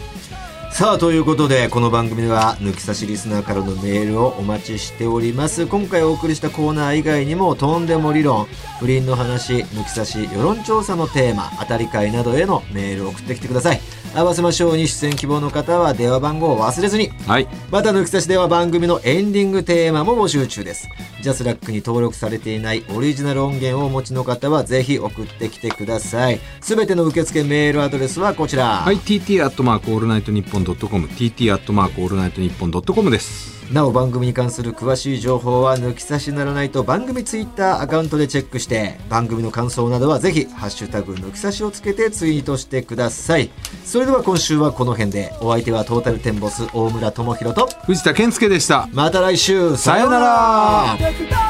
Speaker 1: さあということでこの番組では抜き差しリスナーからのメールをお待ちしております今回お送りしたコーナー以外にもとんでも理論不倫の話抜き差し世論調査のテーマ当たり会などへのメールを送ってきてください合わせましょうに出演希望の方は電話番号を忘れずに
Speaker 2: はい。
Speaker 1: また抜き差しでは番組のエンディングテーマも募集中ですジャスラックに登録されていないオリジナル音源をお持ちの方はぜひ送ってきてくださいすべての受付メールアドレスはこちら
Speaker 2: はい、TT アットマークオールナイトニッポンドットコム、TT アットマークオールナイトニッポンドットコムです。
Speaker 1: なお番組に関する詳しい情報は抜き差しならないと番組ツイッターアカウントでチェックして番組の感想などはぜひ「ハッシュタグ抜き差し」をつけてツイートしてくださいそれでは今週はこの辺でお相手はトータルテンボス大村智広と
Speaker 2: 藤田健介でした。
Speaker 1: また来週
Speaker 2: さようなら
Speaker 5: 「